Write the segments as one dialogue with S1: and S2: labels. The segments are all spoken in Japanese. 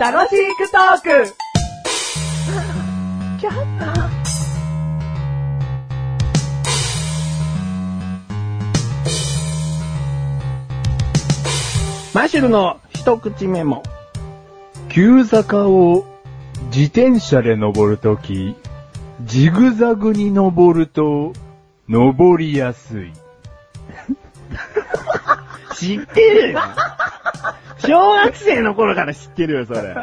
S1: 楽しくトーク
S2: マシュルの一口メモ。急坂を自転車で登るとき、ジグザグに登ると、登りやすい。
S3: 知ってるよ小学生の頃から知ってるよ、それ。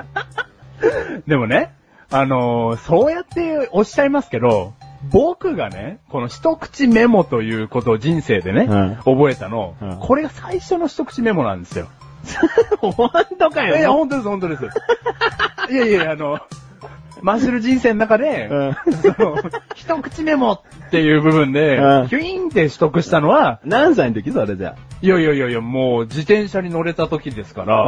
S2: でもね、あのーそうやっておっしゃいますけど、僕がね、この一口メモということを人生でね、
S3: うん
S2: 覚えたの、
S3: うん
S2: これが最初の一口メモなんですよ。
S3: ほんとか
S2: いやいや、
S3: よ。
S2: 本当です、本当 です。いやいや、あの、マッシュル人生の中で、
S3: うん
S2: その、一口メモっていう部分で、
S3: うん
S2: キュイーンって取得したのは、
S3: 何歳の時それじゃ
S2: いやいやいやいや、もう自転車に乗れた時ですか
S3: あ。
S2: ら、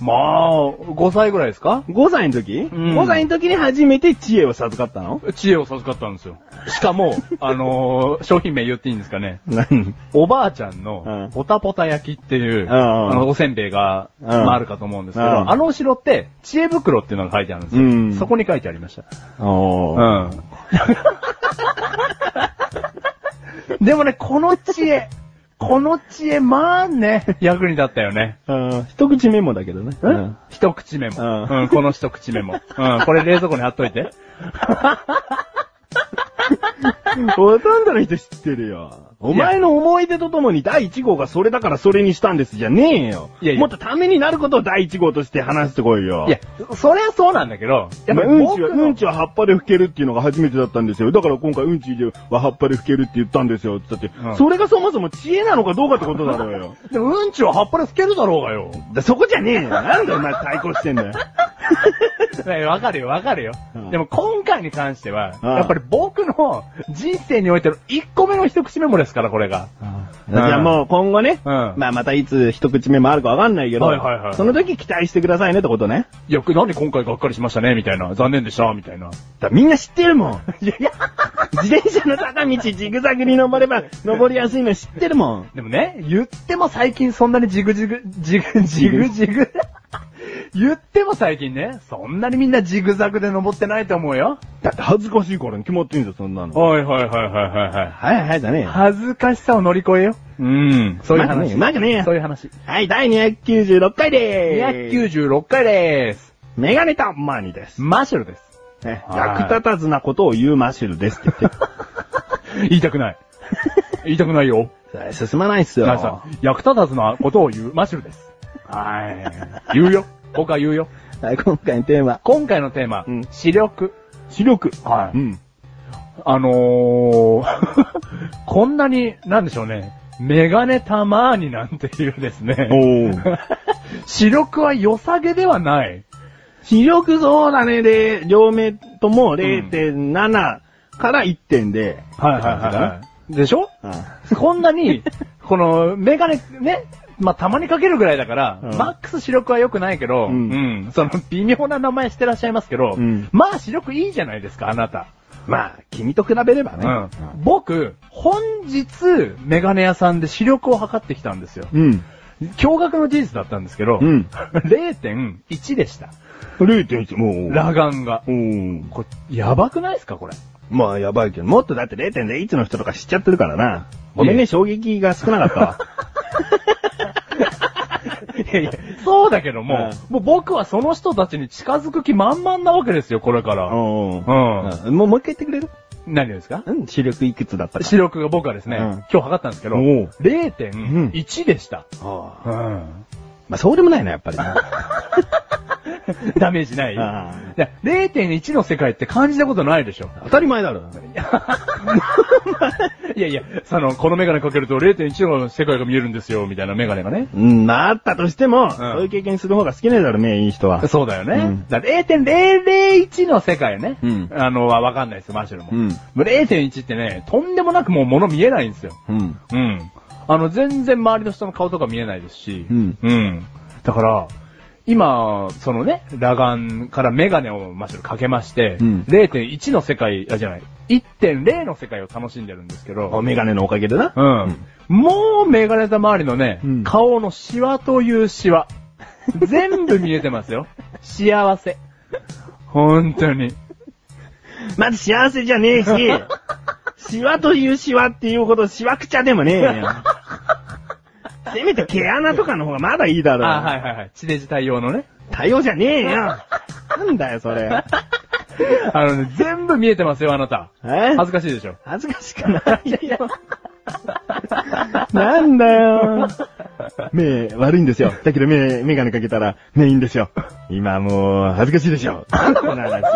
S2: まあ、5歳ぐらいですか
S3: 5歳の時、
S2: うん
S3: ?5 歳の時に初めて知恵を授かったの
S2: 知恵を授かったんですよ。し かも、あのー商品名言っていいんですかね。
S3: 何
S2: おばあちゃん
S3: うん
S2: の、ポタポタ焼きっていう、
S3: ん
S2: あの、おせんべいが、
S3: うん
S2: まああるかと思うんですけ
S3: うん
S2: ど、あの後ろって、知恵袋っていうのが書いてあるんですよ。
S3: うん
S2: そこに書いてありました。
S3: おー。
S2: うん。 でもね、この知恵、この知恵、まあね、役に立ったよね。
S3: うん。一口メモだけどね。うん。
S2: 一口メモ。
S3: うん
S2: うん、この一口メモ。うん、これ冷蔵庫に貼っといて。
S3: ほとんどの人知ってるよ。お前の思い出とともに第1号がそれだからそれにしたんですじゃねえよ。
S2: いやいや
S3: もっとためになることを第1号として話してこいよ。
S2: いや、そりゃそうなんだけど、やっ
S3: まあ
S2: ぱり
S3: うんちは、
S2: 僕の
S3: うんちは葉っぱで吹けるっていうのが初めてだったんですよ。だから今回うんちは葉っぱで吹けるって言ったんですよ。つって、
S2: うん
S3: それがそもそも知恵なのかどうかって ことだろうよ。
S2: でもうんちは葉っぱで吹けるだろうがよ。
S3: だそこじゃねえよ。なんでお前対抗してんだよ。
S2: ねわかるよ、わかるよ
S3: うん。
S2: でも今回に関しては、
S3: うん
S2: やっぱり僕の人生においての1個目の一口メモですから、これが。
S3: じゃあ もう今後ね、
S2: うん
S3: まあまたいつ一口目もあるかわかんないけど、
S2: はいはいはい
S3: その時期待してくださいねってことね。
S2: いや、何今回がっかりしましたね、みたいな。残念でした、みたいな。
S3: だみんな知ってる もん。いやいや、自転車の坂道ジグザグに登れ ば登りやすいの知ってるもん。
S2: でもね、言っても最近そんなにジグジグ、ジグ、ジグジグ。 言っても最近ね、そんなにみんなジグザグで登ってないと思うよ。
S3: だって恥ずかしいからに決まってんだよ、そんなの。
S2: はいはいはいはいはいはい。
S3: はいはいじゃねえよ。
S2: 恥ずかしさを乗り越えよ。うん。そういう話。
S3: うまくねえよ
S2: そういう話。
S3: はい、第296回でーす。
S2: 296回でーす。
S3: メガネタマーニです。
S2: マシュルです。
S3: ね
S2: はい
S3: 役立たずなことを言うマシュルですって 言って。
S2: 言いたく ない。言いたくないよ。
S3: それ進まないっすよ。
S2: なさん、役立たずなことを言うマシュルです。はい。言うよ。僕は言うよ。
S3: はい、今回のテーマ。
S2: 今回のテーマ、
S3: うん
S2: 視力。
S3: 視力。
S2: は
S3: う。ん。
S2: あのー、 こんなに、なんでしょうね、メガネたまーになんていうですね、
S3: おー。
S2: 視力は良さげではない。
S3: 視力そうだね。で、両目とも0.7から1.0。で
S2: い。でしょこん なに、この、メガネ、ね、まあ、たまにかけるぐらいだから、
S3: うん
S2: マックス視力は良くないけど、
S3: う
S2: うんん、その、微妙な名前してらっしゃいますけど、
S3: うん
S2: まあ、視力いいじゃないですか、あなた。
S3: まあ、君と比べればね。
S2: うん、僕、本日、メガネ屋さんで視力を測ってきたんですよ。
S3: うん。
S2: 驚愕の事実だったんですけど、
S3: うん
S2: 0.1でした。
S3: 0.1、もう。
S2: 裸眼が。
S3: うん。
S2: これ、やばくないですかこれ。
S3: まあ、やばいけど、もっとだって0.01の人とか知っちゃってるからな。ごめん
S2: い
S3: ね、
S2: え
S3: 衝撃が少なかった わ。
S2: いやいや、そうだけども、もう僕はその人たちに近づく気満々なわけですよ、これから。
S3: うん
S2: う
S3: もう、もう一回言ってくれる
S2: 何ですか
S3: うん、視力いくつだったか。
S2: 視力が僕はですね、
S3: うん
S2: 今日測ったんですけど、
S3: おう
S2: 0.1でした。
S3: ああ
S2: うん
S3: まあ、そうでもないな、やっぱりな。
S2: ダメージない い
S3: ああ
S2: や ?0.1 の世界って感じたことないでしょ。
S3: 当たり前だろ。
S2: いやいや、その、このメガネかけると0.1の世界が見えるんですよ、みたいなメガネがね。
S3: うん、まあ、あったとしても、そういう経験する方が好きなんだろ、目いい人は。
S2: そうだよね。
S3: うん
S2: だから0.001の世界ね。
S3: うん
S2: あの、はわかんないですよ、マーシュルも。
S3: うん
S2: もう0.1ってね、とんでもなくもう物見えないんですよ。
S3: うん。
S2: うん。あの、全然周りの人の顔とか見えないですし。
S3: うん
S2: だから、今、そのね、裸眼からメガネをマーシュルかけまして、
S3: うん
S2: 0.1の世界、あ、じゃない、 1.0の世界を楽しんでるんですけ
S3: お
S2: ど、
S3: メガネのおかげでな。
S2: うん。もうメガネた周りのね、
S3: うん
S2: 顔のシワというシワ。全部見えてます よ。幸せ。本当に。
S3: まず幸せじゃ ねえし、シワというシワっていうほどシワくちゃでもねえよ。せめて毛穴とかの方がまだいいだろ。
S2: あ、はいはいはい。地デジ対応のね。
S3: 対応じゃねえ よ。なんだよ、それ。
S2: あのね、全部見えてますよ、あなた。
S3: え
S2: 恥ずかしいでしょ。
S3: 恥ずかしくないよ。なんだよ。目悪いんですよ。だけど目、メガネかけたら目いいんですよ。今もう恥ずかしいでしょ。この話
S2: だ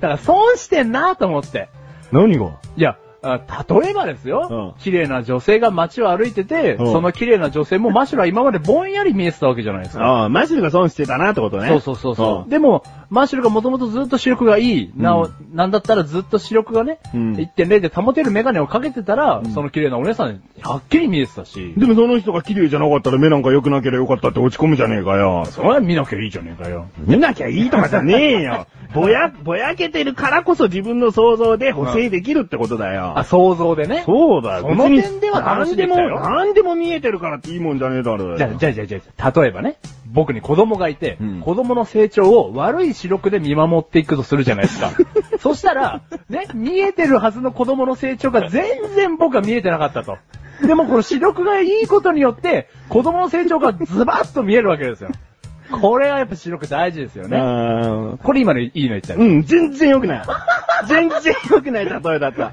S2: から損してんなと思って。
S3: 何が
S2: いや、あ例えばですよ、
S3: うん
S2: 綺麗な女性が街を歩いてて、
S3: うん
S2: その綺麗な女性もマシュラ今までぼんやり見えてたわけじゃないですか。
S3: ああ、マシルが損してたなってことね。
S2: そうそうそうそう。
S3: ん
S2: でも、マーシュルがもともとずっと視力がいい、なお、
S3: う
S2: なんだったらずっと視力がね、
S3: うん
S2: 1.0で保てるメガネをかけてたら、その綺麗なお姉さんにはっきり見えてたし、
S3: でもその人が綺麗じゃなかったら目なんか良くなければよかったって落ち込むじゃねえかよ。
S2: それは見なきゃいいじゃねえかよ。
S3: 見なきゃいいとかじゃねえよ。 ぼや、ぼやけてるからこそ自分の想像で補正できるってことだよ。
S2: あ、想像でね。
S3: そうだよ。
S2: そ
S3: 別
S2: の
S3: に
S2: 点では楽しんできたよ
S3: 何でも、何でも見えてるからっていいもんじゃねえだろ。
S2: じゃあ、じゃあ、じゃあ、じゃあ、例えばね、僕に子供がいて、
S3: うん
S2: 子供の成長を悪い視力で見守っていくとするじゃないで すか。そしたら、ね、見えてるはずの子供の成長が全然僕は見えてなかったと。でもこの視力がいいことによって、子供の成長がズバッと見えるわけですよ。これはやっぱ視力大事ですよね。
S3: あー
S2: これ今のいいの言ったよ
S3: う。ん、全然良くない。 全然良くない例えだった。だ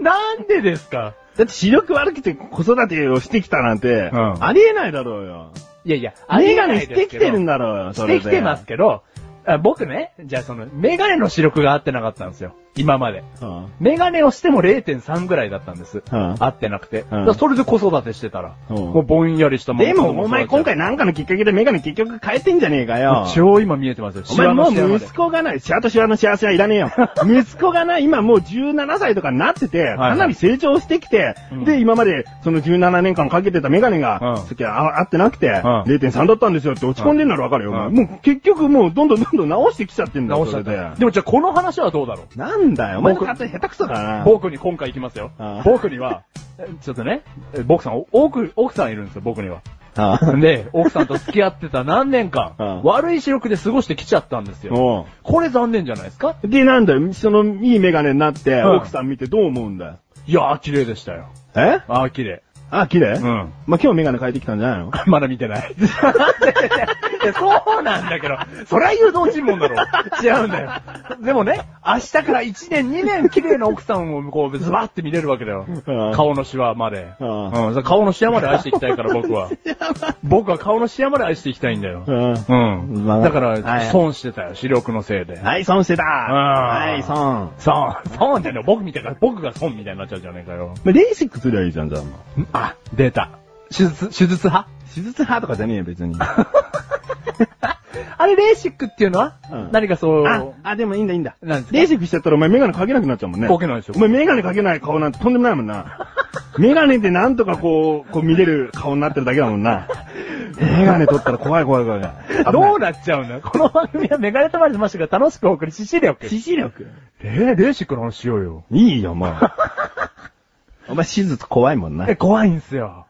S2: なんでですか
S3: って視力悪くて子育てをしてきたなんて、
S2: うん
S3: ありえないだろうよ。
S2: いやいや、あり
S3: メ
S2: え
S3: ガ
S2: な
S3: ネ
S2: い
S3: し
S2: です
S3: て
S2: け
S3: き
S2: ど
S3: てるんだろうよ、
S2: し
S3: そ
S2: て
S3: れで。
S2: きてますけど、あ僕ね、じゃあその、メガネの視力が合ってなかったんですよ。今まで。
S3: うん。
S2: メガネをしても0.3ぐらいだったんです。
S3: うん
S2: 合ってなくて。だ
S3: うん
S2: からそれで子育てしてたら、
S3: うん
S2: もうぼんやりしたまま
S3: でも、お前今回なんかのきっかけでメガネ結局変えてんじゃねえかよ。
S2: 超今見えてますよ。
S3: お前も
S2: シワの
S3: う
S2: シワ
S3: 息子がない、シワとシワの幸せはいらねえよ。息子がない、今もう17歳とかになってて、
S2: はい
S3: かなり成長してきて
S2: うん、
S3: で、今までその17年間かけてたメガネ
S2: う
S3: が
S2: ん、
S3: さっきあ合ってなくて、
S2: ん
S3: 0.3だったんですよって落ち込んでんならわかるよ。お
S2: う
S3: 前
S2: ん
S3: もう結局もうどんどんどんどん直してきちゃってん
S2: まで
S3: だよ。
S2: 直しちゃ
S3: それで
S2: った。でもじゃあこの話はどうだろう
S3: なんだよ、お前
S2: 僕
S3: の勝手下手くそだな。
S2: 僕に今回行きますよ
S3: ああ。
S2: 僕には、えちょっとね、え僕さん、お奥、奥さんいるんですよ、僕には。
S3: あ
S2: で、奥さんと付き合ってた何年
S3: あ
S2: 間、悪い視力で過ごしてきちゃったんですよ。
S3: お
S2: これ残念じゃないですか
S3: うで、なんだよ、そのいいメガネになって、
S2: うん
S3: 奥さん見てどう思うんだよ。
S2: いやー、綺麗でしたよ。
S3: え
S2: あー、綺麗。
S3: あ、綺麗
S2: うん。
S3: まあ、今日メガネ変えてきたんじゃないの
S2: まだ見てない。いやそうなんだけど、そりゃ誘導尋問だろ。違うんだよ。でもね、明日から1年、2年綺麗な奥さんをこう、ズバって見れるわけだよ
S3: うん。
S2: 顔のシワまで。
S3: う
S2: うんん、だから顔のシワまで愛していきたいから僕 は。僕は顔のシワまで愛していきたいんだよ。
S3: う
S2: うん。
S3: まあ
S2: だか
S3: はい
S2: ら、損してたよ、視力のせいで
S3: ん。。はい、損してた。はい、損。
S2: 損、損っての僕みたいな、僕が損みたいになっちゃうじゃねえかよ。
S3: まあ、レーシックすりゃいいじゃん、じゃあ。
S2: あ、出た。手術、手術派
S3: 手術派とかじゃねえよ、別に。
S2: あれ、レーシックっていうのは、
S3: うん
S2: 何かそう、
S3: あ、あ、でもいいんだ、いいんだ。
S2: なんですか
S3: レーシックしちゃったらお前メガネかけなくなっちゃうもんね。
S2: かけないですよ
S3: お前メガネかけない顔なんてとんでもないもんな。メガネでなんとかこう、こう見れる顔になってるだけだもんな。メガネ取ったら怖い怖い怖い怖い。
S2: どうなっちゃうのこの番組はメガネたまりましたが楽しくお送り、獅子力。
S3: 視力
S2: えー、レーシックの話しようよ。
S3: いいよ、もう。お前手術怖いもんな
S2: え、。怖いんすよ。